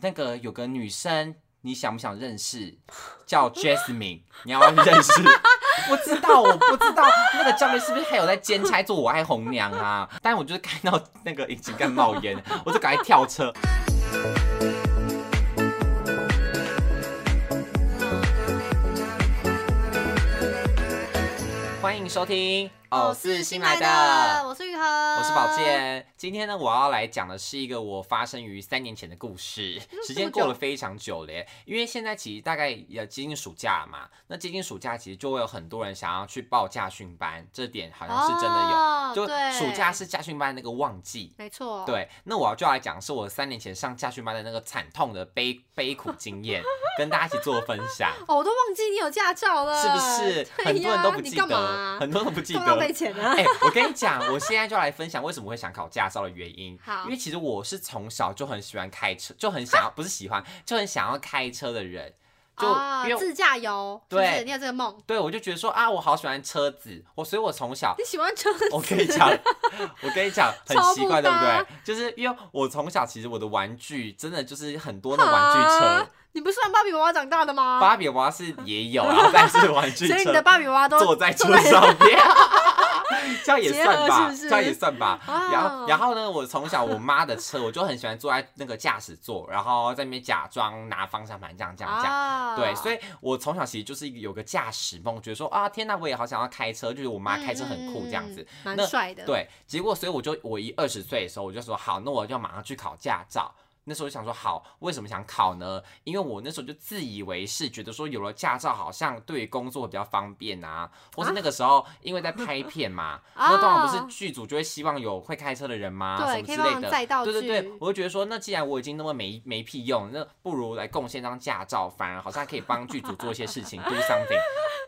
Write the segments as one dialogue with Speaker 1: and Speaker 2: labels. Speaker 1: 那个有个女生，你想不想认识？ 叫 Jasmine，你要不要认识？ 不知道，我不知道那个教练是不是还有在兼差做《我爱红娘》啊？但我就是看到那个引擎盖冒烟， 我就赶快跳车。欢迎收听，
Speaker 2: 我
Speaker 1: 哦，
Speaker 2: 是
Speaker 1: 是
Speaker 2: 新
Speaker 1: 新来
Speaker 2: 来的，
Speaker 1: 的。
Speaker 2: 我是玉和，我
Speaker 1: 我是宝。健，今天呢，我要来讲的是一个我发生于三年前的故事，
Speaker 2: 嗯
Speaker 1: 时间过了非常久了耶，因为现在其实大概也接近暑假嘛，那接近暑假其实就会有很多人想要去报驾训班，这点好像是真的有，
Speaker 2: 哦
Speaker 1: 就
Speaker 2: 对哦
Speaker 1: 暑假是驾训班那个旺季。
Speaker 2: 没错，，
Speaker 1: 对，那我就要来讲是我三年前上驾训班的那个惨痛的悲悲苦经验，跟大家一起做分 享，
Speaker 2: 哦，我都忘记你有驾照了，
Speaker 1: 是不是？
Speaker 2: 呃对
Speaker 1: 很多人都
Speaker 2: 呀
Speaker 1: 不
Speaker 2: 你
Speaker 1: 记
Speaker 2: 干嘛
Speaker 1: 得
Speaker 2: 啊，
Speaker 1: 很多人都不记
Speaker 2: 干嘛
Speaker 1: 得，
Speaker 2: 被钱 啊？
Speaker 1: 哎、我跟你讲，我现在就来分享为什么会想考驾照的原因。
Speaker 2: 好
Speaker 1: 因为其实我是从小就很喜欢开车，就很 想要，不是喜欢，就很想要开车的人。就
Speaker 2: 啊
Speaker 1: 因为
Speaker 2: 自驾游，是不
Speaker 1: 对
Speaker 2: 是你有这个梦，
Speaker 1: 对我就觉得说啊，我好喜欢车子，我所以，我从小
Speaker 2: 你喜欢车啊
Speaker 1: 我跟你 讲，我跟你讲，很
Speaker 2: 超
Speaker 1: 奇
Speaker 2: 不
Speaker 1: 怪，对不
Speaker 2: 搭
Speaker 1: 对？就是因为我从小其实我的玩具真的就是很多的玩具车
Speaker 2: 啊，你不是玩芭比娃娃长大的吗？
Speaker 1: 芭比娃娃是也有啊，但是玩具
Speaker 2: 所以你的
Speaker 1: 车
Speaker 2: 芭比娃娃都
Speaker 1: 坐在车
Speaker 2: 坐在
Speaker 1: 上面， 这样也
Speaker 2: 结合
Speaker 1: 算吧，
Speaker 2: 是不是
Speaker 1: 这样也算吧。
Speaker 2: 哦
Speaker 1: 然后，然后呢？我从小我妈的车，我就很喜欢坐在那个驾驶座，然后在那边假装拿方向盘，这样这样这样。
Speaker 2: 啊
Speaker 1: 对，所
Speaker 2: 以
Speaker 1: 以我从小其实就是有个驾驶梦，觉得说啊，天呐，我也好想要开车，就是我妈开车很酷这样子。，
Speaker 2: 嗯嗯嗯
Speaker 1: 那
Speaker 2: 蛮帅的。，
Speaker 1: 对，结果所以我就我一二十岁的时候，我就说好，那我就马上去考驾照。那时候就想说好，为什么想考呢？因为我那时候就自以为是，觉得说有了驾照好像对于工作比较方便啊，或是那个时候因为在拍片 嘛，
Speaker 2: 啊
Speaker 1: 那通常不是剧组就会希望有会开车的人吗？
Speaker 2: 对
Speaker 1: 什么
Speaker 2: 可以
Speaker 1: 之
Speaker 2: 帮
Speaker 1: 类
Speaker 2: 忙
Speaker 1: 的。
Speaker 2: 载道
Speaker 1: 对对
Speaker 2: 具
Speaker 1: 对，我就觉得说，那既然我已经那么没没屁用，那不如来贡献张驾照，反而好像可以帮剧组做一些事情，do something，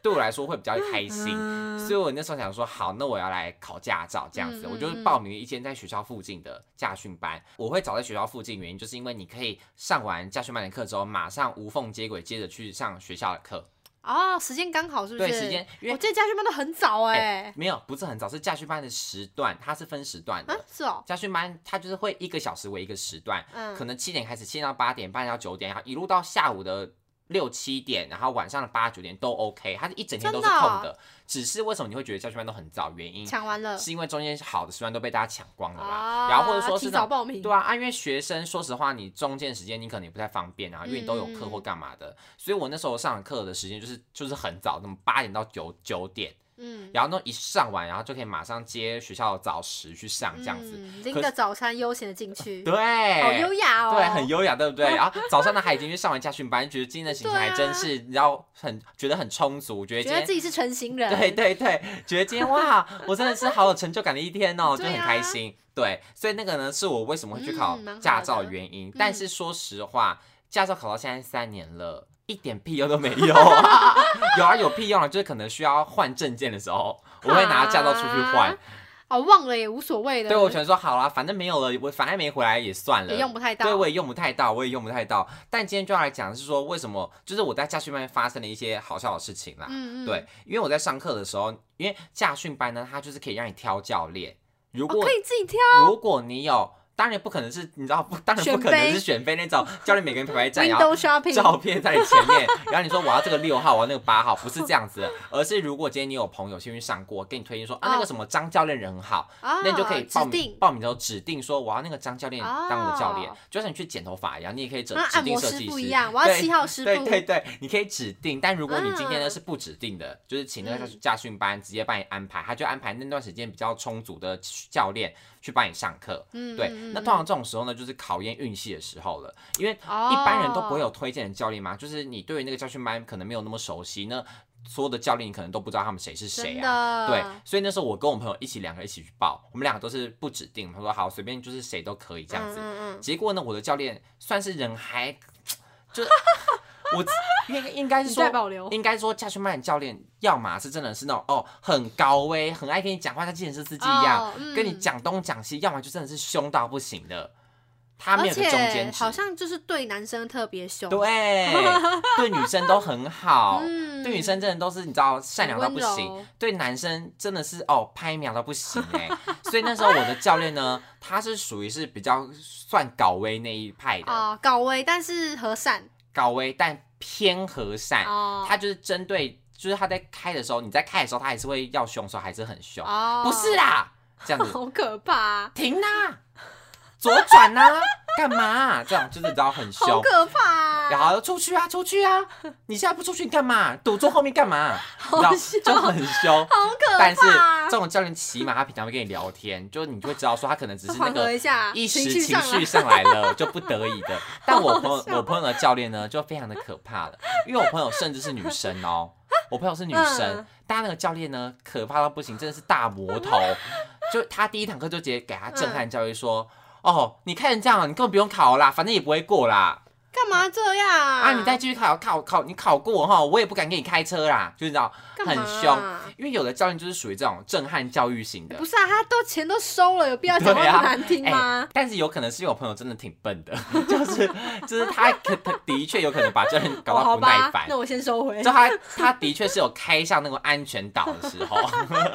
Speaker 1: 对我来说会比较开心。所以我那时候想说，好，那我要来考驾照这样子，
Speaker 2: 嗯
Speaker 1: 我就是
Speaker 2: 嗯嗯
Speaker 1: 报名了一间在学校附近的驾训班。我会找在学校附近，原因就是因为你可以上完驾训班的课之后，马上无缝接轨，接着去上学校的课。
Speaker 2: 哦，时间刚好是不是？
Speaker 1: 对时间因为
Speaker 2: 我记得家训班都很早哎，
Speaker 1: 没有，不是很早，是驾训班的时段，它是分时段
Speaker 2: 啊
Speaker 1: 的。
Speaker 2: 是哦，
Speaker 1: 家训班它就是会一个小时为一个时段，
Speaker 2: 嗯
Speaker 1: 可能七点开始，七点到八点半到九点，然后一路到下午的六七点，然后晚上的八九点都 OK，它是一整天都是
Speaker 2: 真的
Speaker 1: 空
Speaker 2: 哦
Speaker 1: 的。只是为什么你会觉得家训班都很早？原因
Speaker 2: 抢完了
Speaker 1: 是因为中间好的时段都被大家抢光了啦，
Speaker 2: 嗯啊，
Speaker 1: 然后或者说是
Speaker 2: 提
Speaker 1: 那
Speaker 2: 早
Speaker 1: 种。
Speaker 2: 报名，
Speaker 1: 对啊，啊，因为学生说实话，你中间时间你可能也不太方便啊，因为你都有课或干嘛
Speaker 2: 嗯
Speaker 1: 的，所以我那时候上课的时间就是就是很早，那么八点到九九点，
Speaker 2: 嗯，
Speaker 1: 然后呢一上完，然后就可以马上接学校的早时去上这样子，
Speaker 2: 嗯拎
Speaker 1: 可
Speaker 2: 个早餐悠闲的进去，
Speaker 1: 对，
Speaker 2: 好优雅哦，
Speaker 1: 对，很优雅，对不对？ 然后早上呢，还已经去上完家训班，觉得今天的行程还真是，然后很觉得很充足，觉得今
Speaker 2: 觉
Speaker 1: 天
Speaker 2: 得自。己是成型人，
Speaker 1: 对对对，觉得今天哇，我真的是好有成就感的一天 哦，就
Speaker 2: 对啊
Speaker 1: 很开心。对，所以那个呢，是我为什么会去考
Speaker 2: 嗯蛮好
Speaker 1: 驾照
Speaker 2: 的
Speaker 1: 的原因。但
Speaker 2: 嗯
Speaker 1: 是说实话，驾照考到现在三年了，一点屁用都 没有。有啊，有屁用啊，就是可能需要换证件的时候，我会拿驾照出去换
Speaker 2: 啊。哦，忘了也无所谓的，
Speaker 1: 对，我想说好啦，反正没有了，我反正没回来也算了，
Speaker 2: 也用不太到，
Speaker 1: 对，我也用不太到，我也用不太到。但今天就要来讲的是说，为什么就是我在驾训班发生了一些好笑的事情啦。
Speaker 2: 嗯嗯，
Speaker 1: 啊对，因为我在上课的时候，因为驾训班呢，它就是可以让你挑教练。如
Speaker 2: 哦，
Speaker 1: 果、
Speaker 2: 可以自己挑，
Speaker 1: 如果你有，当然不可能是，你知道不？当然不
Speaker 2: 选
Speaker 1: 可能
Speaker 2: 妃
Speaker 1: 是选妃那种教练每个人排排站，然后
Speaker 2: window shopping，
Speaker 1: 照片在你前面，然后你说我要这个六号，我要那个八号，不是这样子的，而是如果今天你有朋友先去上过，给你推荐说啊那个
Speaker 2: 哦
Speaker 1: 什么张教练人很好，
Speaker 2: 啊
Speaker 1: 那你就可以报
Speaker 2: 指
Speaker 1: 名
Speaker 2: 定。
Speaker 1: 报名之后指定说我要那个张教练当我的教练
Speaker 2: 哦，
Speaker 1: 就像你去剪头发一样，你也可以指
Speaker 2: 那
Speaker 1: 指
Speaker 2: 啊按
Speaker 1: 定
Speaker 2: 摩
Speaker 1: 设
Speaker 2: 师
Speaker 1: 计
Speaker 2: 不一
Speaker 1: 师。
Speaker 2: 样，我要
Speaker 1: 对
Speaker 2: 七号师
Speaker 1: 对
Speaker 2: 傅。
Speaker 1: 对对，你可以指定，但如果你今天呢
Speaker 2: 嗯
Speaker 1: 是不指定的，就是请那个
Speaker 2: 嗯
Speaker 1: 驾训班直接帮你安排，他就安排那段时间比较充足的教练去帮你上课。
Speaker 2: 嗯，
Speaker 1: 对
Speaker 2: 嗯，
Speaker 1: 那
Speaker 2: 嗯
Speaker 1: 通常这种时候呢，就是考验运气的时候了，因为
Speaker 2: 哦
Speaker 1: 一般人都不会有推荐的教练嘛，就是你对于那个教训班可能没有那么熟悉，那所有的教练你可能都不知道他们谁是谁啊。
Speaker 2: 啊
Speaker 1: 对，所以那时候我跟我朋友一起两个一起去报，我们两个都是不指定，他说好随便就是谁都可以这样子。
Speaker 2: 嗯嗯
Speaker 1: 结果呢，我的教练算是人还就 我应应该
Speaker 2: 嗯，
Speaker 1: 是
Speaker 2: 你
Speaker 1: 说
Speaker 2: 在保留，
Speaker 1: 应该说，驾训班的教练要么是真的是那种哦很高危，很爱跟你讲话，像计程车司机一样，
Speaker 2: 哦嗯
Speaker 1: 跟你讲东讲西；要么就真的是凶到不行的，他没
Speaker 2: 而
Speaker 1: 有个中间
Speaker 2: 且
Speaker 1: 值
Speaker 2: 好。像就是对男生特别凶，
Speaker 1: 对，对女生都很好，
Speaker 2: 嗯
Speaker 1: 对女生真的都是你知道善良到不
Speaker 2: 很温
Speaker 1: 行
Speaker 2: 柔，
Speaker 1: 对男生真的是哦拍秒到不行哎、所以那时候我的教练呢，他是属于是比较算搞威那一派的，
Speaker 2: 啊、搞威，但是和善
Speaker 1: 搞威但偏和善，
Speaker 2: 哦，
Speaker 1: 哎他就是针对，就是他在开的时候，你在开的时候，他还是会要凶的时候还是很凶，
Speaker 2: 哦，
Speaker 1: 不是，啦，这 样子
Speaker 2: 好可怕、啊，
Speaker 1: 停啦，左转呐、干嘛啊、这样就是你知道很凶
Speaker 2: 好，可怕、啊，
Speaker 1: 然后出去啊，出去啊！你现在不出去，你干嘛？堵住后面干嘛？啊
Speaker 2: 好
Speaker 1: 然后
Speaker 2: 凶
Speaker 1: 就很凶。
Speaker 2: 好可怕、啊
Speaker 1: 但是这种教练起码他平常会跟你聊天，就是你就会知道说他可能只是那
Speaker 2: 哦缓和
Speaker 1: 个
Speaker 2: 一下
Speaker 1: 一时
Speaker 2: 情绪
Speaker 1: 情
Speaker 2: 上
Speaker 1: 绪
Speaker 2: 来，
Speaker 1: 上来了就不得已 的。但我朋友
Speaker 2: 好笑
Speaker 1: 我朋友的教练呢就非常的可怕了，因为我朋友甚至是女生哦，我朋友是女生
Speaker 2: 嗯，
Speaker 1: 但他那个教练呢可怕到不行，真的是大魔 头。就他第一堂课就直接给他震
Speaker 2: 嗯
Speaker 1: 撼教育说：“哦，你看成这样，你根本不用考啦，反正也不会过啦。”
Speaker 2: 干嘛这样啊
Speaker 1: 啊，你再继续考考考，你考过哈，我也不敢给你开车啦，就是这样，
Speaker 2: 干
Speaker 1: 很
Speaker 2: 嘛啊
Speaker 1: 凶。因为有的教练就是属于这种震撼教育型的
Speaker 2: 不，是啊，他都钱都收了，有必要讲话
Speaker 1: 对啊
Speaker 2: 那么难听吗？
Speaker 1: 但是有可能是因为我朋友真的挺笨的， 就是就是他可他的确有可能把教练搞
Speaker 2: 哦
Speaker 1: 到
Speaker 2: 好
Speaker 1: 不耐
Speaker 2: 吧，
Speaker 1: 烦
Speaker 2: 那。我先收回啊
Speaker 1: 就。他，他的确是有开向那个安全岛的时候，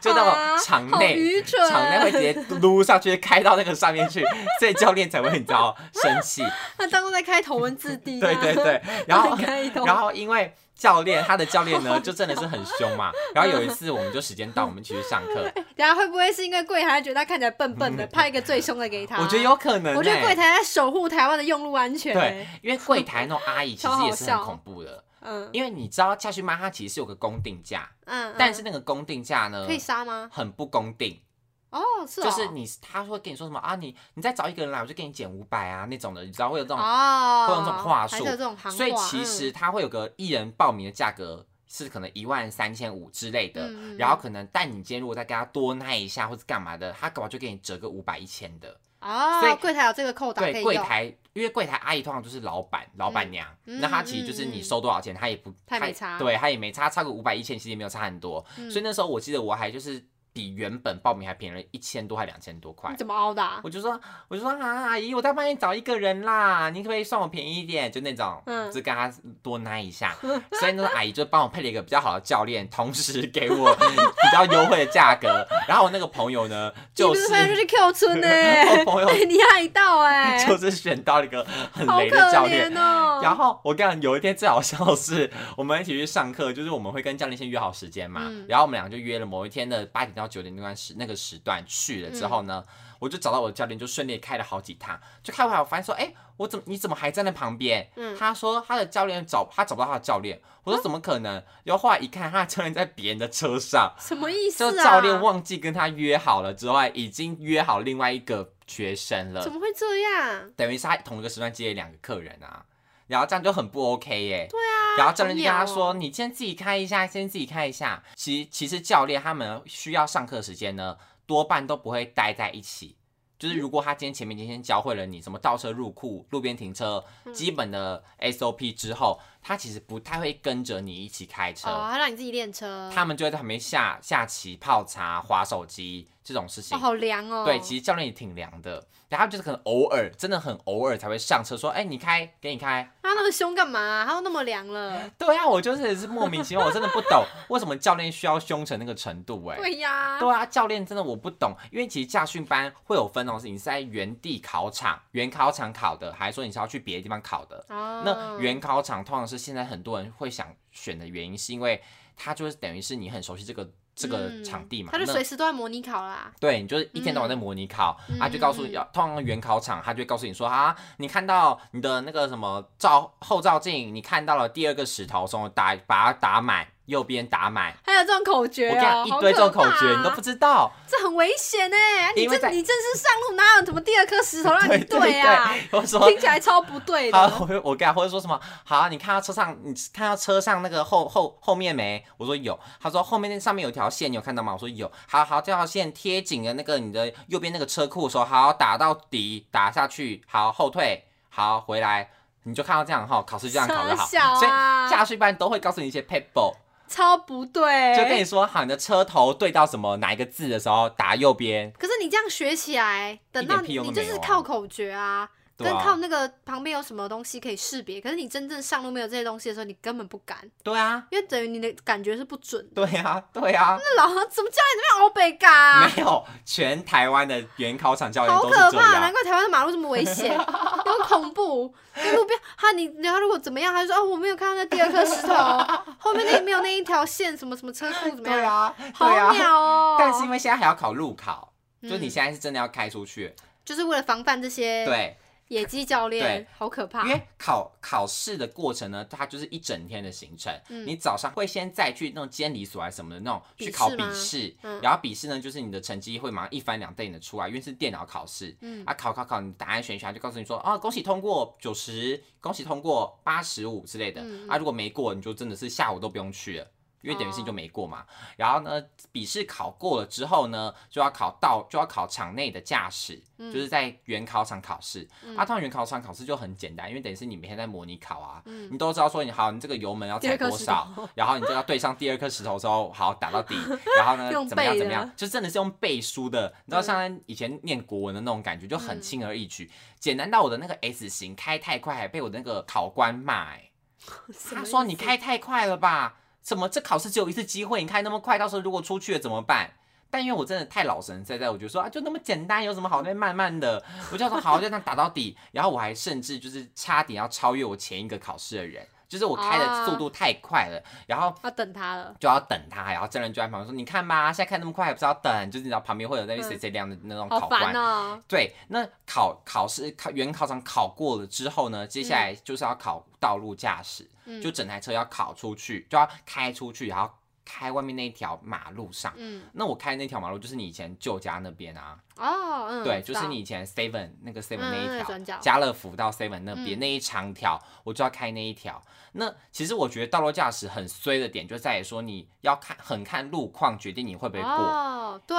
Speaker 1: 就那
Speaker 2: 啊
Speaker 1: 种场
Speaker 2: 好
Speaker 1: 内、
Speaker 2: 愚蠢
Speaker 1: 场内会直接撸上去，开到那个上面去，所以教练才会你知道生 气。
Speaker 2: 他当中在开头文字 D，啊
Speaker 1: 对对，对，然后
Speaker 2: 开 头，
Speaker 1: 然后因为教练他的教练呢，就真的是很凶 嘛。然后有一次我们就时间到，我们一起去上课，
Speaker 2: 然后会不会是因为柜台觉得他看起来笨笨的，派一个最凶的给他？
Speaker 1: 嗯我觉得，有可能、欸。
Speaker 2: 我觉得柜台在守护台湾的用路安全。
Speaker 1: 对，，因为柜台那种阿姨其实也是很恐怖的，
Speaker 2: 嗯
Speaker 1: 因为你知道下去妈她其实是有个公定价，
Speaker 2: 嗯，嗯
Speaker 1: 但是那个公定价呢
Speaker 2: 可以啊杀吗？
Speaker 1: 很不公定，
Speaker 2: 哦，是哦，
Speaker 1: 就是你他会跟你说什么啊，你你再找一个人来，我就给你减五百啊那种的，你知道会有这种，
Speaker 2: 哦，
Speaker 1: 会用这种话术
Speaker 2: 还是有这种行话，
Speaker 1: 所以其实
Speaker 2: 嗯
Speaker 1: 他会有个艺人报名的价格是可能一万三千五之类的，
Speaker 2: 嗯嗯
Speaker 1: 然后可能但你今天如果再跟他多耐一下或者干嘛的，他搞不好就给你折个五百一千的。所以
Speaker 2: 哦，柜台有这个扣打可以
Speaker 1: 对，
Speaker 2: 用，
Speaker 1: 柜台因为柜台阿姨通常就是老板、老板娘，
Speaker 2: 嗯
Speaker 1: 那她其实就是你收多少钱，她也不
Speaker 2: 她也没差
Speaker 1: 对，她也没差，差个五百一千其实也没有差很多。
Speaker 2: 嗯
Speaker 1: 所以那时候我记得我还就是比原本报名还便宜了一千多还两千多块
Speaker 2: 你。怎么凹的啊？
Speaker 1: 我就说，我就说啊，阿姨，我再帮你找一个人啦，你可不可以算我便宜一点？就那种，
Speaker 2: 嗯
Speaker 1: 就跟他多耐一 下。所以那个阿姨就帮我配了一个比较好的教练，同时给我比较优惠的价格。然后我那个朋友呢，就
Speaker 2: 你
Speaker 1: 是
Speaker 2: 不是就是 Q 村呢、
Speaker 1: 我朋友
Speaker 2: 哎 你害到哎、
Speaker 1: 就是选到了一个很
Speaker 2: 好可
Speaker 1: 雷的教练。
Speaker 2: 怜哦。
Speaker 1: 然后我跟你讲，有一天最好笑的是，我们一起去上课，就是我们会跟教练先约好时间嘛，
Speaker 2: 嗯
Speaker 1: 然后我们两个就约了某一天的八点到九点那段时那个时段去了之后呢，
Speaker 2: 嗯
Speaker 1: 我就找到我的教练，就顺利开了好几趟，就开完我发现说，哎、我怎么你怎么还站在旁边？
Speaker 2: 嗯
Speaker 1: 他说他的教练找他找不到他的教练，我说怎么可能？然后后来一看，他的教练在别人的车上，
Speaker 2: 什么意思
Speaker 1: 就
Speaker 2: 啊？
Speaker 1: 教练忘记跟他约好了之外，已经约好另外一个学生了
Speaker 2: 怎，么会这样？
Speaker 1: 等于是他同一个时段接了两个客人啊，然后这样就很不 OK 耶、
Speaker 2: 对啊，
Speaker 1: 然后教练就跟他
Speaker 2: 好鸟
Speaker 1: 说：“
Speaker 2: 哦
Speaker 1: 你先自己开一下，先自己开一下。”其其实教练他们需要上课的时间呢，多半都不会待在一起。就是如果他今天前面今天教会了你什么倒车入库、路边停车
Speaker 2: 嗯
Speaker 1: 基本的 SOP 之后，他其实不太会跟着你一起开车，
Speaker 2: 哦，他让你自己练车，
Speaker 1: 他们就会在旁边下下棋、泡茶、划手机这种事情。
Speaker 2: 哦好凉哦。
Speaker 1: 对，其实教练也挺凉的，然后就是可能偶尔，真的很偶尔才会上车说：“哎、你开，给你开。”
Speaker 2: 他那么凶干嘛、啊他都那么凉了。
Speaker 1: 对啊，我就是是莫名其妙，我真的不懂为什么教练需要凶成那个程度哎、
Speaker 2: 对 呀、
Speaker 1: 对啊，教练真的我不懂，因为其实驾训班会有分哦，是你是在原地考场、原考场考的，还是说你是要去别的地方考的？
Speaker 2: 哦，
Speaker 1: 那原考场通常是现在很多人会想选的原因，是因为它就是等于是你很熟悉这个这个
Speaker 2: 嗯
Speaker 1: 场地嘛，
Speaker 2: 他就
Speaker 1: 那
Speaker 2: 随时都在模拟考啦。
Speaker 1: 对你就是一天到晚在模拟考，啊
Speaker 2: 嗯
Speaker 1: 他就告诉你，通常原考场他就会告诉你说啊，你看到你的那个什么照后照镜，你看到了第二个石头，从打把它打满，右边打满。
Speaker 2: 还有这种口诀
Speaker 1: 我
Speaker 2: 哦，
Speaker 1: 跟你讲，一堆这种口
Speaker 2: 好
Speaker 1: 诀
Speaker 2: 可怕
Speaker 1: 你都不知道，
Speaker 2: 这很危险哎！你
Speaker 1: 因为在
Speaker 2: 这你正式上路哪有什么第二颗石头让你
Speaker 1: 对对
Speaker 2: 啊？
Speaker 1: 或者说
Speaker 2: 听起来超不对的。
Speaker 1: 好，我我跟他或者说什么好，你看到车上，你看到车上那个后后后面没？我说有，他说后面那上面有条线，你有看到吗？我说有，好好这条线贴紧了那个你的右边那个车库的时候，好打到底，打下去，好后退，好回来，你就看到这样哈，考试就这样考就好。
Speaker 2: 傻小
Speaker 1: 所以
Speaker 2: 啊
Speaker 1: 驾训班都会告诉你一些 paper，
Speaker 2: 超不对，
Speaker 1: 就跟你说好你的车头对到什么哪一个字的时候打右边，
Speaker 2: 可是你这样学起来，等到
Speaker 1: 一点屁
Speaker 2: 你
Speaker 1: 用都
Speaker 2: 你就
Speaker 1: 没有
Speaker 2: 是
Speaker 1: 啊
Speaker 2: 靠口诀啊，
Speaker 1: 对
Speaker 2: 跟靠
Speaker 1: 啊，
Speaker 2: 那个旁边有什么东西可以识别，可是你真正上路没有这些东西的时候，你根本不敢，
Speaker 1: 对啊，
Speaker 2: 因为等于你的感觉是不准的。
Speaker 1: 对啊，对啊，
Speaker 2: 那老何怎么教你这边欧北嘎啊、
Speaker 1: 没有，全台湾的原考场教练
Speaker 2: 好
Speaker 1: 都是
Speaker 2: 可
Speaker 1: 这
Speaker 2: 怕！难
Speaker 1: 样，
Speaker 2: 怪台湾的马路这么 危险，又恐怖。在路边，哈你，然后如果怎么样，他就说哦，我没有看到那第二颗石头，后面那没有那一条线，什么什么车库怎么
Speaker 1: 对
Speaker 2: 样，
Speaker 1: 啊，
Speaker 2: 好
Speaker 1: 对啊。
Speaker 2: 鸟哦。
Speaker 1: 但是因为现在还要考路考，就你
Speaker 2: 嗯
Speaker 1: 现在是真的要开出去，
Speaker 2: 就是为了防范这些
Speaker 1: 对，
Speaker 2: 野鸡教练
Speaker 1: 对，
Speaker 2: 好可怕
Speaker 1: 因。为考考试的过程呢，它就是一整天的行程。
Speaker 2: 嗯
Speaker 1: 你早上会先再去那种监理所啊什么的那种
Speaker 2: 笔
Speaker 1: 去考
Speaker 2: 试
Speaker 1: 笔
Speaker 2: 吗
Speaker 1: 试，
Speaker 2: 嗯
Speaker 1: 然后笔试呢就是你的成绩会马上一翻两瞪眼的出来，因为是电脑考试。
Speaker 2: 嗯，
Speaker 1: 啊，考考考，你答案选一选，他就告诉你说，哦，恭喜通过九十，恭喜通过八十五之类的。
Speaker 2: 嗯嗯
Speaker 1: 啊，如果没过，你就真的是下午都不用去了，因为等于是你就
Speaker 2: 哦
Speaker 1: 没过嘛。然后呢，笔试考过了之后呢，就要考到就要考场内的驾驶，
Speaker 2: 嗯
Speaker 1: 就是在原考场考试。啊，通常原考场考试就很简单，因为等于是你每天在模拟考啊，你都知道说你好，你这个油门要
Speaker 2: 嗯第二
Speaker 1: 踩
Speaker 2: 颗
Speaker 1: 多
Speaker 2: 石
Speaker 1: 少， 然后你就要对上第二颗石头之后，好打到底，然后呢
Speaker 2: 用
Speaker 1: 怎么样
Speaker 2: 背
Speaker 1: 怎么样
Speaker 2: 的，
Speaker 1: 就真的是用背书的，你知道像以前念国文的那种感觉，就很轻而易举，
Speaker 2: 嗯
Speaker 1: 简单到我的那个 S 型开太快，还被我那个考官骂、欸，
Speaker 2: 什么
Speaker 1: 他
Speaker 2: 意
Speaker 1: 说
Speaker 2: 思
Speaker 1: 你开太快了吧？怎么这考试只有一次机会？你开那么快，到时候如果出去了怎么办？但因为我真的太老神在在，我就说啊，就那么简单，有什么好那边慢慢的？我就说好，就这样打到底。然后我还甚至就是差点要超越我前一个考试的人，就是我开的
Speaker 2: 哦
Speaker 1: 速度太快了，然后
Speaker 2: 要等他了，
Speaker 1: 就要等他，然后真人就在旁边说：“你看吧，现在开那么快，还不是要等？就是你知道旁边会有那边谁谁亮的那种
Speaker 2: 嗯好
Speaker 1: 考官。
Speaker 2: 烦哦。
Speaker 1: 对，那考考试考原考场考过了之后呢，接下来就是要考道路驾驶，
Speaker 2: 嗯
Speaker 1: 就整台车要考出去，就要开出去，然后开外面那一条马路上。
Speaker 2: 嗯，
Speaker 1: 那我开那条马路就是你以前旧家那边啊，
Speaker 2: 哦，嗯，
Speaker 1: 对，
Speaker 2: 知
Speaker 1: 就是
Speaker 2: 道
Speaker 1: 你以前 Seven 那个 Seven
Speaker 2: 嗯
Speaker 1: 那
Speaker 2: 那
Speaker 1: 一
Speaker 2: 个
Speaker 1: 条，
Speaker 2: 转角
Speaker 1: 家乐福到 Seven 那边、
Speaker 2: 嗯
Speaker 1: 那一长条，我就要开那一条。那其实我觉得道路驾驶很衰的点就在于说你要看很看路况决定你会不会过。
Speaker 2: 哦，对，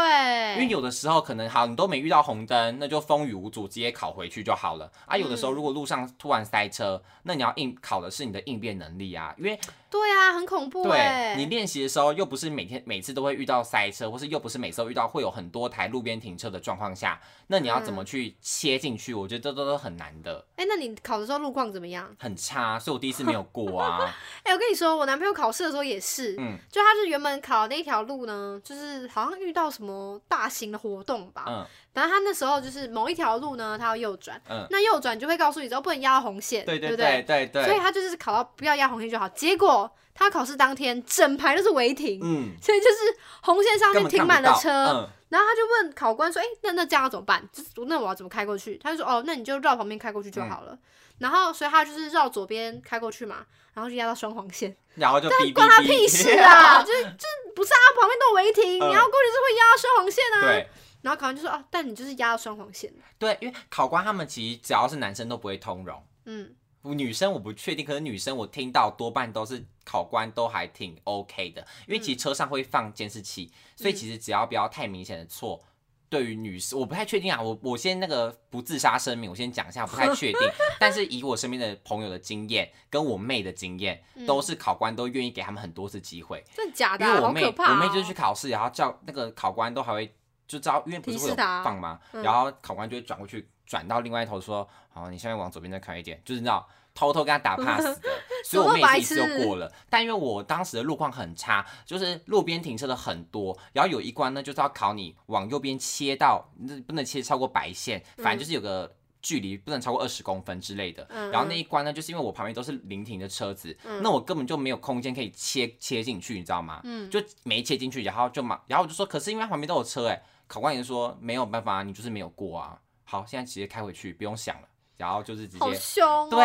Speaker 1: 因为有的时候可能好，你都没遇到红灯，那就风雨无阻，直接考回去就好了。啊，有的时候
Speaker 2: 嗯
Speaker 1: 如果路上突然塞车，那你要应考的是你的应变能力啊，因为
Speaker 2: 对啊，很恐怖哎。
Speaker 1: 对你练习的时候又不是每天每次都会遇到塞车，或是又不是每次都遇到会有很多台路边停车的状况下，那你要怎么
Speaker 2: 嗯
Speaker 1: 去切进去？我觉得这都都很难的，
Speaker 2: 哎、那你考的时候路况怎么样？
Speaker 1: 很差，所以我第一次没有过啊。
Speaker 2: 哎、我跟你说，我男朋友考试的时候也是，
Speaker 1: 嗯
Speaker 2: 就他是原本考的那条路呢，就是好像遇到什么大型的活动吧，
Speaker 1: 嗯，
Speaker 2: 反正他那时候就是某一条路呢，他要右转，
Speaker 1: 嗯
Speaker 2: 那右转就会告诉你，之后不能压到红线，
Speaker 1: 对
Speaker 2: 对
Speaker 1: 对
Speaker 2: 不
Speaker 1: 对对
Speaker 2: 所以
Speaker 1: 对，
Speaker 2: 他就是考到不要压红线就好。结果他考试当天整排都是违停，
Speaker 1: 嗯，
Speaker 2: 所以就是红线上
Speaker 1: 根
Speaker 2: 面
Speaker 1: 本
Speaker 2: 停
Speaker 1: 看
Speaker 2: 满
Speaker 1: 不
Speaker 2: 了
Speaker 1: 到，
Speaker 2: 车，
Speaker 1: 嗯，
Speaker 2: 然后他就问考官说：“哎、那那这样要怎么办？就是那我要怎么开过去？”他就说：“哦，那你就绕旁边开过去就
Speaker 1: 嗯
Speaker 2: 好了。然后，所以他就是绕左边开过去嘛，然后就压到双黄线，
Speaker 1: 然后就哔哔
Speaker 2: 关他
Speaker 1: 哔
Speaker 2: 屁事啊！！就是就是不是啊，旁边都有违停，
Speaker 1: 嗯
Speaker 2: 你要过去就会压到双黄线啊。
Speaker 1: 对。
Speaker 2: 然后考官就说：“哦，但你就是压到双黄线。
Speaker 1: 对，因为考官他们其实只要是男生都不会通融，”
Speaker 2: 嗯，
Speaker 1: 女生我不确定，可是女生我听到多半都是考官都还挺 OK 的，因为其实车上会放监视器，所以其实只要不要太明显的错。对于女生，我不太确定啊，我我先那个不自杀声明，我先讲一下，不太确定。但是以我身边的朋友的经验，跟我妹的经验，都是考官都愿意给他们很多次机会。
Speaker 2: 真的假的
Speaker 1: 因
Speaker 2: 啊、
Speaker 1: 为我
Speaker 2: 好
Speaker 1: 妹，
Speaker 2: 可怕、
Speaker 1: 我
Speaker 2: 哦！
Speaker 1: 妹就是去考试，然后叫那个考官都还会就知道，因为不是会
Speaker 2: 提
Speaker 1: 有
Speaker 2: 示她
Speaker 1: 放嘛，
Speaker 2: 嗯
Speaker 1: 然后考官就会转过去，转到另外一头说：“好，你下面往左边再开一点。”就是你知道偷偷跟他 打 pass 的，所以我妹也是一次就过了。但因为我当时的路况很差，就是路边停车的很多，然后有一关呢就是要考你往右边切到，那不能切超过白线，反正就是有个。距离不能超过二十公分之类的，
Speaker 2: 嗯
Speaker 1: 然后那一关呢，就是因为我旁边都是临停的车子，
Speaker 2: 嗯
Speaker 1: 那我根本就没有空间可以切切进去，你知道吗？
Speaker 2: 嗯
Speaker 1: 就没切进去，然后就马，然后我就说，可是因为它旁边都有车、欸，哎，考官也说没有办法，你就是没有过啊。好，现在直接开回去，不用想了。然后就是直
Speaker 2: 好
Speaker 1: 接，
Speaker 2: 凶、哦，
Speaker 1: 对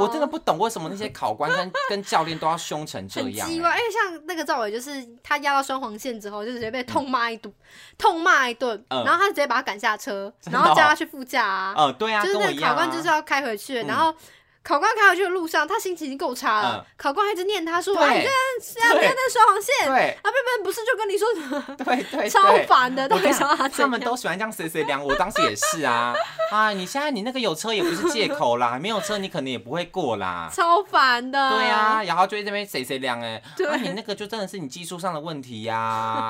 Speaker 1: 我真的不懂为什么那些考官跟跟教练都要凶成这
Speaker 2: 很
Speaker 1: 样、
Speaker 2: 鸡
Speaker 1: 欸
Speaker 2: 歪，因为像那个赵伟，就是他压到双黄线之后，就直接被痛骂一顿，痛骂一顿，
Speaker 1: 嗯
Speaker 2: 然后他直接把他赶下车，
Speaker 1: 真的
Speaker 2: 然后
Speaker 1: 哦
Speaker 2: 叫他去副驾啊，
Speaker 1: 呃，对啊，
Speaker 2: 就是
Speaker 1: 跟
Speaker 2: 那
Speaker 1: 我
Speaker 2: 个
Speaker 1: 一
Speaker 2: 考
Speaker 1: 样、
Speaker 2: 官就是
Speaker 1: 啊。
Speaker 2: 要开回去，
Speaker 1: 嗯
Speaker 2: 然后。考官开回去的路上，他心情已经够差了，
Speaker 1: 嗯
Speaker 2: 考官还一直念他说：“啊，你
Speaker 1: 对
Speaker 2: 这是啊，你在那双黄线啊，
Speaker 1: 对
Speaker 2: 笨笨不是就跟你说什么
Speaker 1: 对对哎对，
Speaker 2: 超烦的，到
Speaker 1: 我跟
Speaker 2: 底
Speaker 1: 你
Speaker 2: 想要
Speaker 1: 讲，
Speaker 2: 怎
Speaker 1: 他们
Speaker 2: 样？
Speaker 1: 都喜欢这样随随凉，我当时也是啊啊！你现在你那个有车也不是借口啦，没有车你可能也不会过啦。
Speaker 2: 超烦的，
Speaker 1: 对啊，，然后就会这边谁谁凉哎，
Speaker 2: 对
Speaker 1: 啊，你那个就真的是你技术上的问题呀、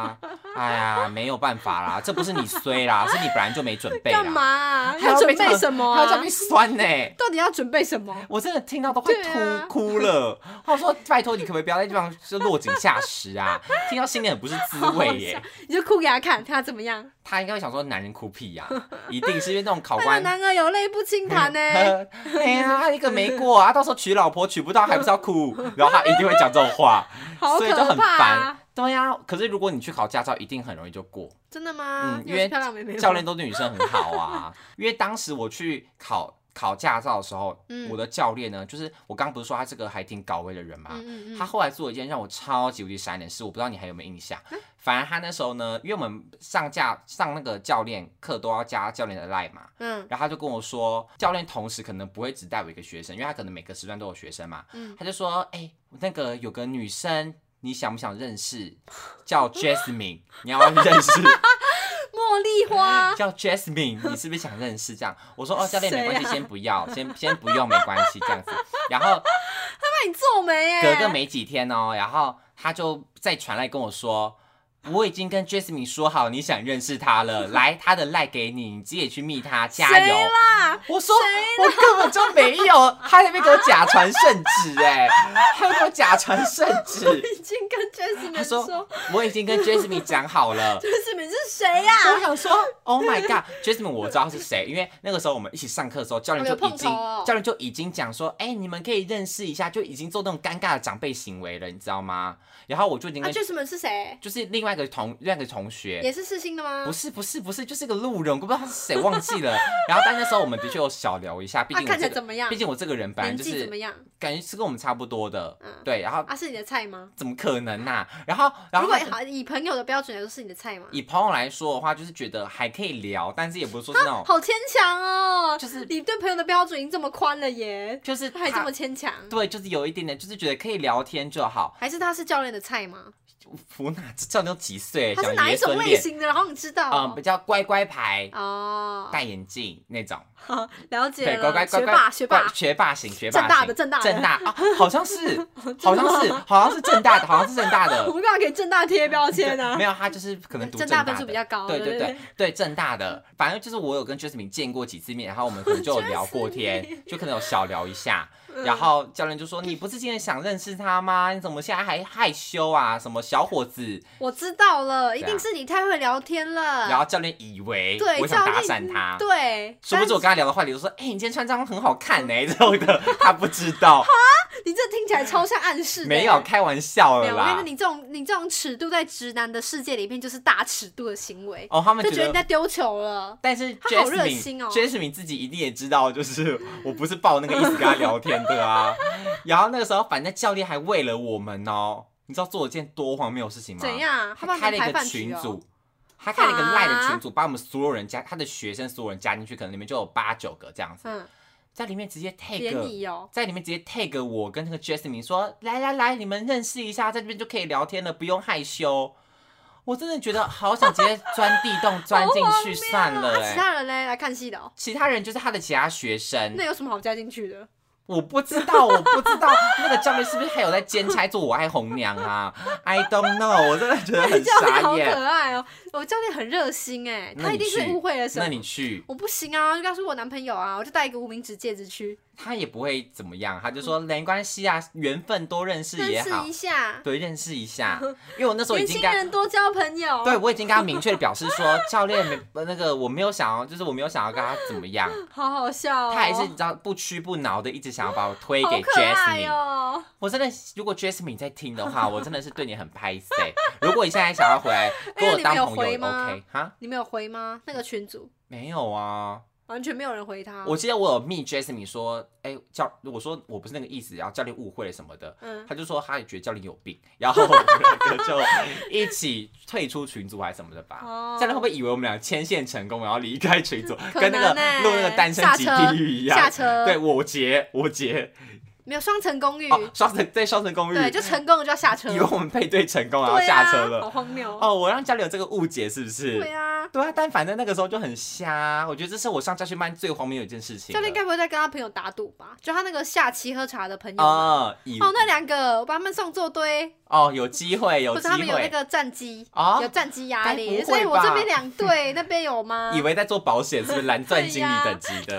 Speaker 1: 哎呀，没有办法啦，这不是你衰啦，是你本来就没准备啦。
Speaker 2: 干嘛啊？
Speaker 1: 还
Speaker 2: 要
Speaker 1: 要被
Speaker 2: 准
Speaker 1: 这样？
Speaker 2: 备什么
Speaker 1: 还要这
Speaker 2: 啊
Speaker 1: 样被？酸呢、
Speaker 2: 到底要准备什么？
Speaker 1: 我真的听到都快
Speaker 2: 对啊
Speaker 1: 哭哭了。我说拜托你可不可以不要在这地方就落井下石啊？听到心里很不是滋味耶、
Speaker 2: 你就哭给他看，看他怎么样？
Speaker 1: 他应该会想说男人哭屁呀、 一定是因为那种考
Speaker 2: 那个
Speaker 1: 官。
Speaker 2: 男儿有泪不轻弹呢。
Speaker 1: 哎呀，一个没过啊，到时候娶老婆娶不到还不是要 哭？然后他一定会讲这种话，
Speaker 2: 好
Speaker 1: 所以就
Speaker 2: 可
Speaker 1: 很
Speaker 2: 怕、
Speaker 1: 烦
Speaker 2: 啊！。
Speaker 1: 对呀、可是如果你去考驾照，一定很容易就 过。
Speaker 2: 真的吗？
Speaker 1: 嗯
Speaker 2: 你有
Speaker 1: 因为
Speaker 2: 漂亮妹妹吗
Speaker 1: 教练都对女生很好 啊，因为当时我去考考驾照的时候，
Speaker 2: 嗯
Speaker 1: 我的教练呢，就是我刚不是说他是个还挺高危的人嘛，
Speaker 2: 嗯啊嗯
Speaker 1: 啊他
Speaker 2: 嗯，
Speaker 1: 后来做一件让我超级无敌傻眼的事，我不知道你还有没有印象。反正他那时候呢，因为我们上架上那个教练课都要加教练的 line 嘛，
Speaker 2: 嗯
Speaker 1: 然后他就跟我说，教练同时可能不会只带我一个学生，因为他可能每个时段都有学生嘛。
Speaker 2: 嗯
Speaker 1: 他就说，哎、那个有个女生，你想不想认识？叫 Jasmine，你要不要认识？
Speaker 2: 茉莉花，
Speaker 1: 叫 Jasmine，你是不是想认识？这样，我说哦，教练
Speaker 2: 谁
Speaker 1: 没关系，
Speaker 2: 啊
Speaker 1: 先不 要，先先不用，没关系，这样子。然后
Speaker 2: 那你皱眉 耶，
Speaker 1: 隔个没几天 哦，然后他就再传来跟我说，我已经跟 Jasmine 说好你想认识他了，来他的赖给你，你自己去密他，加
Speaker 2: 谁
Speaker 1: 油。
Speaker 2: 啦？
Speaker 1: 我说我根本就没有，他在那边给我假传圣旨哎、 他给我假传圣旨，
Speaker 2: 已经跟 Jasmine
Speaker 1: 他说我已经跟 Jasmine 讲好 了。
Speaker 2: Jasmine 是谁呀、
Speaker 1: 我想说，Oh my God，Jasmine，我知道是谁，因为那个时候我们一起上课的时候，教练
Speaker 2: 哦有
Speaker 1: 就已
Speaker 2: 碰
Speaker 1: 经、
Speaker 2: 头哦
Speaker 1: 教练就已经讲说，哎、你们可以认识一下，就已经做那种尴尬的长辈行为了，你知道吗？然后我就已经
Speaker 2: 啊
Speaker 1: 跟、
Speaker 2: ，Jasmine 是谁？
Speaker 1: 就是另外一个同另外一个同学。
Speaker 2: 也是世新的吗？
Speaker 1: 不是不是不是，就是个路人，我不知道他是谁，忘记了。然后，但那时候我们的确有小聊一下，毕
Speaker 2: 他、
Speaker 1: 竟我
Speaker 2: 看起
Speaker 1: 这个
Speaker 2: 来怎，么样
Speaker 1: 毕？竟我这个人本来
Speaker 2: 年
Speaker 1: 就
Speaker 2: 纪
Speaker 1: 是
Speaker 2: 怎么样？
Speaker 1: 感觉是跟我们差不多的，
Speaker 2: 嗯
Speaker 1: 对，然后
Speaker 2: 啊，是你的菜吗？
Speaker 1: 怎么可能呐、然后，然后
Speaker 2: 如果
Speaker 1: 他就
Speaker 2: 好以朋友的标准来说，是你的菜吗？
Speaker 1: 以朋友来说的话，就是觉得还可以聊，但是也不是说是那种，
Speaker 2: 好牵强哦，
Speaker 1: 就是
Speaker 2: 你对朋友的标准已经这么宽了耶，
Speaker 1: 就是
Speaker 2: 他还这
Speaker 1: 他
Speaker 2: 么牵强，
Speaker 1: 对，就是有一点点，就是觉得可以聊天就好。
Speaker 2: 还是他是教练的菜吗？
Speaker 1: 福娜这教练都几岁，
Speaker 2: 他
Speaker 1: 小
Speaker 2: 是哪
Speaker 1: 爷
Speaker 2: 一种
Speaker 1: 孙
Speaker 2: 类
Speaker 1: 恋，
Speaker 2: 型的？然后你知道
Speaker 1: 嗯，比
Speaker 2: 哦？
Speaker 1: 较乖乖牌，
Speaker 2: 哦
Speaker 1: 戴眼镜那种，
Speaker 2: 好了解
Speaker 1: 对，
Speaker 2: 了，
Speaker 1: 乖乖乖
Speaker 2: 学
Speaker 1: 乖
Speaker 2: 霸学霸
Speaker 1: 乖，学霸型学霸
Speaker 2: 正大
Speaker 1: 型
Speaker 2: 的正大的
Speaker 1: 正大啊，好像是 好像是好像是正大的，好像是正大的
Speaker 2: 我，们干嘛给正大贴标
Speaker 1: 对
Speaker 2: 签呢
Speaker 1: 没？有，他就是可能读
Speaker 2: 呃正
Speaker 1: 大
Speaker 2: 大分数
Speaker 1: 的
Speaker 2: 比较高
Speaker 1: 对
Speaker 2: 对
Speaker 1: 对
Speaker 2: 对
Speaker 1: 对对，正大的，反正就是我有跟 Jasmine 见过几次面，然后我们可能就 有聊过天，就可能有小聊一下。
Speaker 2: 嗯
Speaker 1: 然后教练就说：“你不是今天想认识他吗？你怎么现在还害羞啊？什么小伙子
Speaker 2: 我知道了，一
Speaker 1: 啊
Speaker 2: 定是你太会聊天？”了。
Speaker 1: 然后教练以为
Speaker 2: 嗯对，
Speaker 1: 我想
Speaker 2: 教
Speaker 1: 搭
Speaker 2: 练
Speaker 1: 讪他。
Speaker 2: 对，
Speaker 1: 殊不知我跟他聊的话题，就说：“哎、你今天穿这样很好看呢、这种的，他不知 道，
Speaker 2: 但是你这听起来超像暗示的。
Speaker 1: 没有开玩笑
Speaker 2: 没
Speaker 1: 了
Speaker 2: 有，我跟你说，
Speaker 1: 啦。
Speaker 2: 你这种你这种尺度在直男的世界里面就是大尺度的行为”，
Speaker 1: 哦，他们
Speaker 2: 就觉得
Speaker 1: 觉
Speaker 2: 你
Speaker 1: 得，
Speaker 2: 在丢球了。
Speaker 1: 但是
Speaker 2: 他好热心
Speaker 1: Jasmine、
Speaker 2: 哦
Speaker 1: Jasmine 自己一定也知道，就是 我不是抱那个意思跟他聊天的 啊。然后那个时候，反正教练还为了我们哦，你知道做了件多荒谬的事情吗？
Speaker 2: 怎样？
Speaker 1: 他
Speaker 2: 他帮
Speaker 1: 开
Speaker 2: 你
Speaker 1: 了
Speaker 2: 排
Speaker 1: 一个
Speaker 2: 饭局
Speaker 1: 群
Speaker 2: 哦。
Speaker 1: 组，他开了一个赖的
Speaker 2: 啊
Speaker 1: 群组，把我们所有人加，他的学生所有人加进去，可能里面就有八九个这样子，
Speaker 2: 嗯，
Speaker 1: 在里面直接
Speaker 2: 联
Speaker 1: tag，
Speaker 2: 谊哦，
Speaker 1: 在里面直接 tag 我跟那个 Jasmine 说，来来来，你们认识一下，在这边就可以聊天了，不用害羞。我真的觉得好想直接钻地洞钻进 去
Speaker 2: 啊
Speaker 1: 算了、
Speaker 2: 那其
Speaker 1: 欸，
Speaker 2: 他人嘞来看戏的哦，
Speaker 1: 其他人就是他的其他学生
Speaker 2: 那，有什么好加进去的？
Speaker 1: 我不知道，我不知道那个教练是不是还有在兼差做我爱红娘啊？I don't know，我真的觉得很
Speaker 2: 教练
Speaker 1: 傻
Speaker 2: 好
Speaker 1: 眼。
Speaker 2: 可爱哦，我教练很热心哎，
Speaker 1: 那
Speaker 2: 他
Speaker 1: 你
Speaker 2: 一定是
Speaker 1: 去
Speaker 2: 误会了什
Speaker 1: 那
Speaker 2: 么。
Speaker 1: 你去，
Speaker 2: 我不行啊，就告诉我男朋友啊，我就带一个无名指戒指去
Speaker 1: 他也不会怎么样，啊他就说没关系啊，缘分多认识也
Speaker 2: 嗯认识
Speaker 1: 好
Speaker 2: 一，下，
Speaker 1: 对，认识一下。因为我那时候已
Speaker 2: 年
Speaker 1: 经
Speaker 2: 轻
Speaker 1: 跟，
Speaker 2: 人多交朋友。
Speaker 1: 对，我已经跟他明确的表示说，教练没呃那个我没有想要，就是我没有想要跟他怎么样，
Speaker 2: 好好 笑、哦。
Speaker 1: 他还是你知道不屈不挠的，一直想要把我推
Speaker 2: 好
Speaker 1: 给
Speaker 2: 可爱
Speaker 1: Jasmine。
Speaker 2: 哦，
Speaker 1: 我真的，如果 Jasmine 在听的 话，我真的是对你很拍死欸。如果你现在想要回来跟我
Speaker 2: 那哎你们
Speaker 1: 当
Speaker 2: 有
Speaker 1: 朋
Speaker 2: 回
Speaker 1: 友
Speaker 2: 吗
Speaker 1: ，OK 哈？
Speaker 2: 你们有回吗？那个群组
Speaker 1: 没有啊，
Speaker 2: 完全没有人回他。哦
Speaker 1: 我记得我有密 Jasmine 说，哎、教我说我不是那个意思，然后教练误会了什么的，
Speaker 2: 嗯
Speaker 1: 他就说他也觉得教练有病，然后我们两个就一起退出群组还是什么的吧。
Speaker 2: 哦
Speaker 1: 教练会不会以为我们俩牵线成功，然后离开群组，
Speaker 2: 可
Speaker 1: 跟那个
Speaker 2: 能欸
Speaker 1: 录那个单身
Speaker 2: 下
Speaker 1: 级
Speaker 2: 车
Speaker 1: 地狱一样？
Speaker 2: 下车
Speaker 1: 对我结我结
Speaker 2: 没有双层公寓，
Speaker 1: 哦，双层对双层公寓，
Speaker 2: 嗯对，就成功了就要 下车，
Speaker 1: 以为我们配对成功，然后
Speaker 2: 对
Speaker 1: 下车
Speaker 2: 啊、
Speaker 1: 了。
Speaker 2: 好荒谬哦。
Speaker 1: 哦，我让教练有这个误解是不是？
Speaker 2: 对啊，
Speaker 1: 对啊，但反正那个时候就很瞎，我觉得这是我上家训班最荒谬的一件事情了。
Speaker 2: 教练该不会在跟他朋友打赌吧？就他那个下棋喝茶的朋友嘛。
Speaker 1: 啊，以
Speaker 2: 哦，那两个我把他们送做堆，
Speaker 1: 哦，有机会，有
Speaker 2: 不是
Speaker 1: 机
Speaker 2: 他们有那
Speaker 1: 会
Speaker 2: 个战机，
Speaker 1: 啊
Speaker 2: 有！战机压
Speaker 1: 该
Speaker 2: 力，
Speaker 1: 不
Speaker 2: 所以
Speaker 1: 会
Speaker 2: 我
Speaker 1: 吧
Speaker 2: 这边两队，那边有吗？
Speaker 1: 以为在做保险，是不是蓝钻经理等级 的？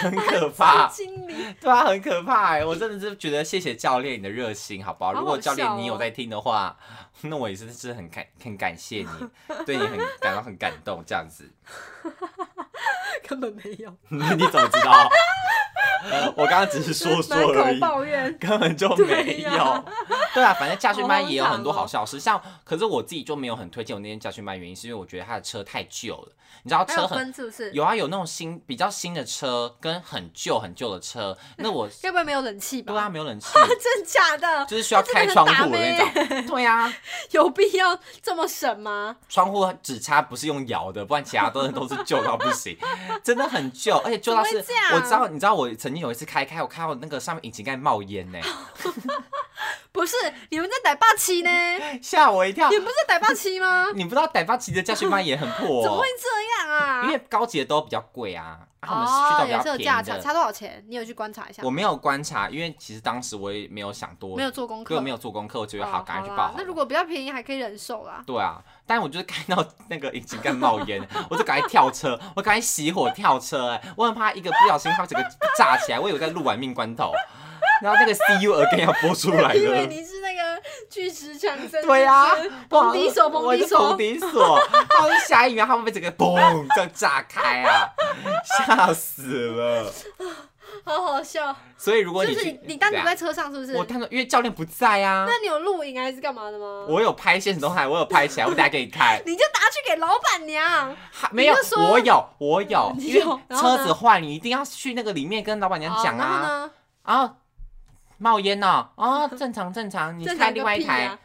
Speaker 1: 很可
Speaker 2: 啊，
Speaker 1: 怕，
Speaker 2: 经理，
Speaker 1: 对啊，很可怕哎！我真的是觉得谢谢教练你的热心，好不好？
Speaker 2: 好好
Speaker 1: 如果教
Speaker 2: 笑
Speaker 1: 练
Speaker 2: 哦
Speaker 1: 你有在听的话， 那我也是是很感很感谢你，对你 很感到很感动这样子。
Speaker 2: 根本没有，
Speaker 1: 你怎么知道？ 我刚刚只是说说
Speaker 2: 满
Speaker 1: 而
Speaker 2: 口
Speaker 1: 已。
Speaker 2: 抱怨，
Speaker 1: 根本就
Speaker 2: 对
Speaker 1: 没有。
Speaker 2: 呀
Speaker 1: 对啊，反正驾训班也有
Speaker 2: 好荒唐哦
Speaker 1: 很多好笑的事，像可是我自己就没有很推荐我那天驾训班，原因是因为我觉得他的车太旧了，你知道
Speaker 2: 还
Speaker 1: 车
Speaker 2: 有
Speaker 1: 很。
Speaker 2: 分是不是？
Speaker 1: 有啊，有那种新比较新的车跟很旧很旧的车，那 我
Speaker 2: 该不会没有冷气吧？
Speaker 1: 对啊没有冷气，
Speaker 2: 真假的？哎
Speaker 1: 就是需要开窗户的
Speaker 2: 那真的
Speaker 1: 那种。对啊，
Speaker 2: 有必要这么省吗？
Speaker 1: 窗户只差不是用摇的，不然其他都都是旧到不 行，真的很旧，而且旧到是
Speaker 2: 怎么会这样
Speaker 1: 我知道，你知道我曾经有一次开开，我看到那个上面引擎盖冒烟呢、
Speaker 2: 不是，你们在逮霸 七呢？
Speaker 1: 吓我一跳
Speaker 2: 你。们不是在逮霸七吗？
Speaker 1: 你不知道逮八旗的驾训班也很破、哦，
Speaker 2: 怎么会这样啊？
Speaker 1: 因为高级的都比较贵啊，啊他们
Speaker 2: 哦，
Speaker 1: 去到
Speaker 2: 也
Speaker 1: 比
Speaker 2: 是
Speaker 1: 较
Speaker 2: 有价
Speaker 1: 便
Speaker 2: 差，
Speaker 1: 宜
Speaker 2: 差
Speaker 1: 的。
Speaker 2: 多少钱？你有去观察一下？
Speaker 1: 我没有观察，因为其实当时我也没有想多，
Speaker 2: 没有做功
Speaker 1: 对
Speaker 2: 课，
Speaker 1: 我没有做功课，我觉得
Speaker 2: 哦
Speaker 1: 好，赶快去
Speaker 2: 啦
Speaker 1: 报好了。
Speaker 2: 那如果比较便宜，还可以忍受啦。
Speaker 1: 对啊，但我就是看到那个引擎盖冒烟，我就赶快跳车，我赶快熄火跳车、哎，我很怕一个不小心它整个炸起来，我以为在录玩命关头，然后那个 See you again 要播出来
Speaker 2: 因为
Speaker 1: 了。
Speaker 2: 你是那个巨石强森，
Speaker 1: 对呀、
Speaker 2: 是不是
Speaker 1: 啊，
Speaker 2: 蓬迪索，
Speaker 1: 我
Speaker 2: 蓬迪
Speaker 1: 是
Speaker 2: 索
Speaker 1: 蓬，迪索，然后下一秒他们被整个嘣这样炸开啊，吓死了。
Speaker 2: 好好笑。
Speaker 1: 所以如果
Speaker 2: 就
Speaker 1: 你
Speaker 2: 是
Speaker 1: 去，
Speaker 2: 你，你单独
Speaker 1: 对啊
Speaker 2: 在车上是不是？
Speaker 1: 我单独，因为教练不在啊，
Speaker 2: 那你有录影还是干嘛的吗？。
Speaker 1: 我有拍现实动态，我有拍起来，我等下给你看
Speaker 2: 你就拿去给老板娘，
Speaker 1: 还没有
Speaker 2: 你就，说
Speaker 1: 我有，我有，
Speaker 2: 你
Speaker 1: 因
Speaker 2: 有
Speaker 1: 为
Speaker 2: 然后呢
Speaker 1: 车子坏，你一定要去那个里面跟老板娘讲
Speaker 2: 哦然后
Speaker 1: 啊
Speaker 2: 呢？
Speaker 1: 啊，冒烟呢，啊，正常正常，你
Speaker 2: 正
Speaker 1: 开
Speaker 2: 常
Speaker 1: 另
Speaker 2: 个
Speaker 1: 外一
Speaker 2: 屁啊
Speaker 1: 台
Speaker 2: 呀，，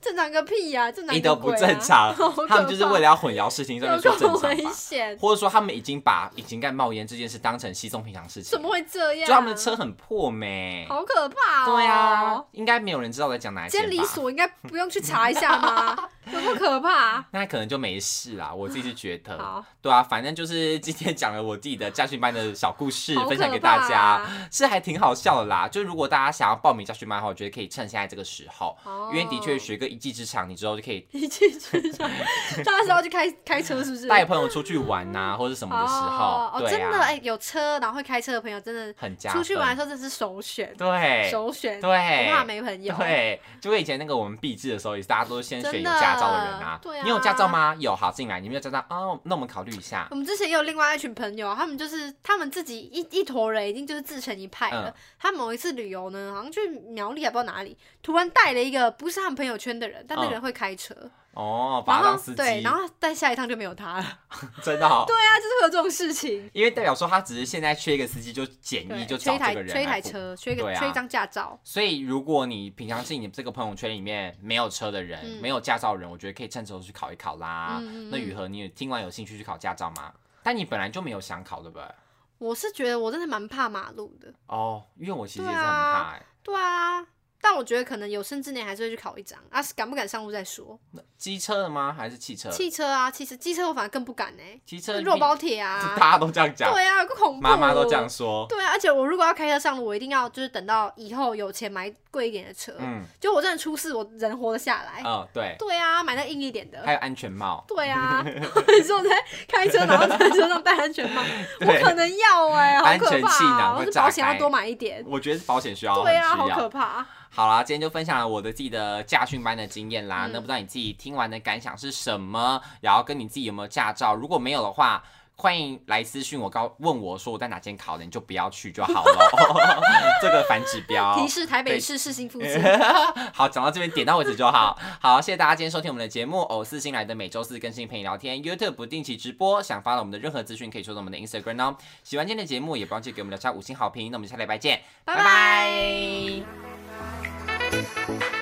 Speaker 2: 正常个屁呀，正常
Speaker 1: 你
Speaker 2: 个
Speaker 1: 都不
Speaker 2: 鬼啊
Speaker 1: 正，常，
Speaker 2: 好 可
Speaker 1: 他们就是
Speaker 2: 怕
Speaker 1: 为了要混淆视听，所以
Speaker 2: 有
Speaker 1: 说正
Speaker 2: 够
Speaker 1: 常
Speaker 2: 危
Speaker 1: 吧，
Speaker 2: 险，
Speaker 1: 或者说他们已经把引擎盖冒烟这件事当成稀松平常事情，
Speaker 2: 怎么？会这样？
Speaker 1: 就他们的车很破没，
Speaker 2: 好可怕哦！
Speaker 1: 对啊，，应该没有人知道我在讲哪一件
Speaker 2: 监理
Speaker 1: 吧？
Speaker 2: 所应该不用去查一下吗？有多 可怕？
Speaker 1: 那可能就没事 啦，我自己是觉得。
Speaker 2: 好，
Speaker 1: 对啊，反正就是今天讲了我自己的驾训班的小故事
Speaker 2: 好，可啊
Speaker 1: 分享给大家，
Speaker 2: 怕。啊
Speaker 1: 是还挺好笑的啦。就如果大家想要报名驾训班的话，我觉得可以趁现在这个时候，
Speaker 2: 哦
Speaker 1: 因为的确学个一技之长，你之后就可以
Speaker 2: 一气之上，大家是要去开开车是不是？
Speaker 1: 带朋友出去玩呐、或者什么的时
Speaker 2: 哦
Speaker 1: 候，
Speaker 2: 哦，
Speaker 1: 对
Speaker 2: 真的哎、
Speaker 1: 啊，
Speaker 2: 有车然后会开车的朋友真的
Speaker 1: 很加
Speaker 2: 出去
Speaker 1: 分，
Speaker 2: 玩的时候真是首选，
Speaker 1: 对
Speaker 2: 首选，不怕
Speaker 1: 对。
Speaker 2: 没朋友。
Speaker 1: 对，就跟以前那个我们毕制的时候，也是大家都是先选
Speaker 2: 真
Speaker 1: 有
Speaker 2: 的
Speaker 1: 驾照的人啊。
Speaker 2: 对啊
Speaker 1: 你有驾照吗？有，好进来。你没有驾照哦，那我们考虑一下。
Speaker 2: 我们之前也有另外一群朋友，他们就是他们自己一一坨人，已经就是自成一派了。
Speaker 1: 嗯
Speaker 2: 他某一次旅游呢，好像去苗栗还不知道哪里，突然带了一个不是他们朋友圈的人，但那个
Speaker 1: 嗯
Speaker 2: 人会开车，
Speaker 1: 哦，把
Speaker 2: 然
Speaker 1: 他当
Speaker 2: 后
Speaker 1: 司
Speaker 2: 对，
Speaker 1: 机
Speaker 2: 然，后但下一趟就没有他了。
Speaker 1: 真的、哦。
Speaker 2: 对啊，就是会有这种事情。
Speaker 1: 因为代表说他只是现在缺一个司机，就简
Speaker 2: 对
Speaker 1: 易就
Speaker 2: 缺
Speaker 1: 找
Speaker 2: 一
Speaker 1: 这
Speaker 2: 台
Speaker 1: 个人
Speaker 2: 缺一
Speaker 1: 来
Speaker 2: 台
Speaker 1: 补。
Speaker 2: 车，缺一个、
Speaker 1: 对啊
Speaker 2: 缺一张驾照。
Speaker 1: 所以如果你平常是你这个朋友圈里面没有车的人，
Speaker 2: 嗯
Speaker 1: 没有驾照的人，我觉得可以趁这时候去考一考啦。
Speaker 2: 嗯嗯
Speaker 1: 那
Speaker 2: 嗯
Speaker 1: 雨禾，你有听完有兴趣去考驾照吗？但你本来就没有想考，对不对？
Speaker 2: 我是觉得我真的蛮怕马路的。
Speaker 1: 哦，因为我其实也
Speaker 2: 对
Speaker 1: 是
Speaker 2: 啊
Speaker 1: 很怕、欸，
Speaker 2: 对啊，但我觉得可能有生之年还是会去考一张啊，敢不敢上路再说。
Speaker 1: 机车的吗？还是汽车？
Speaker 2: 汽车啊，汽车机车我反而更不敢哎、
Speaker 1: 机呃车
Speaker 2: 肉包铁 啊，
Speaker 1: 大家都这样讲，
Speaker 2: 对啊，有个恐怖。
Speaker 1: 妈妈都这样。说。
Speaker 2: 对啊，而且我如果要开车上路，我一定要就是等到以后有钱买贵一点的车，
Speaker 1: 嗯，
Speaker 2: 就我真的出事，我人活得下来。
Speaker 1: 哦，对，
Speaker 2: 对啊，买那硬一点的。
Speaker 1: 还有安全帽。
Speaker 2: 对啊，你说我在开车，然后在车上戴安全帽，我
Speaker 1: 对
Speaker 2: 可能要哎、好可
Speaker 1: 安全气
Speaker 2: 怕、
Speaker 1: 囊
Speaker 2: 哦！
Speaker 1: 会
Speaker 2: 我是
Speaker 1: 炸
Speaker 2: 保险要
Speaker 1: 开
Speaker 2: 多买一点。
Speaker 1: 我觉得保险需要很
Speaker 2: 对
Speaker 1: 需
Speaker 2: 啊，
Speaker 1: 要。
Speaker 2: 好可怕！
Speaker 1: 好啦，今天就分享了我的自己的驾训班的经验啦。
Speaker 2: 嗯
Speaker 1: 那不知道你自己听完的感想是什么？然后跟你自己有没有驾照？如果没有的话，欢迎来私讯我告问我说我在哪间考的，你就不要去就好 了。这个反指标
Speaker 2: 提。示台北 市市心附近。
Speaker 1: 好，讲到这边点到为止就好。 好，谢谢大家今天收听我们的节目《偶四新来的》，每周四更新陪你聊天，YouTube 不定期直播。想发了我们的任何资讯，可以搜到我们的 Instagram 哦。喜欢今天的节目，也不忘记给我们留下五星好评。那我们下礼拜见，
Speaker 2: 拜
Speaker 1: 拜拜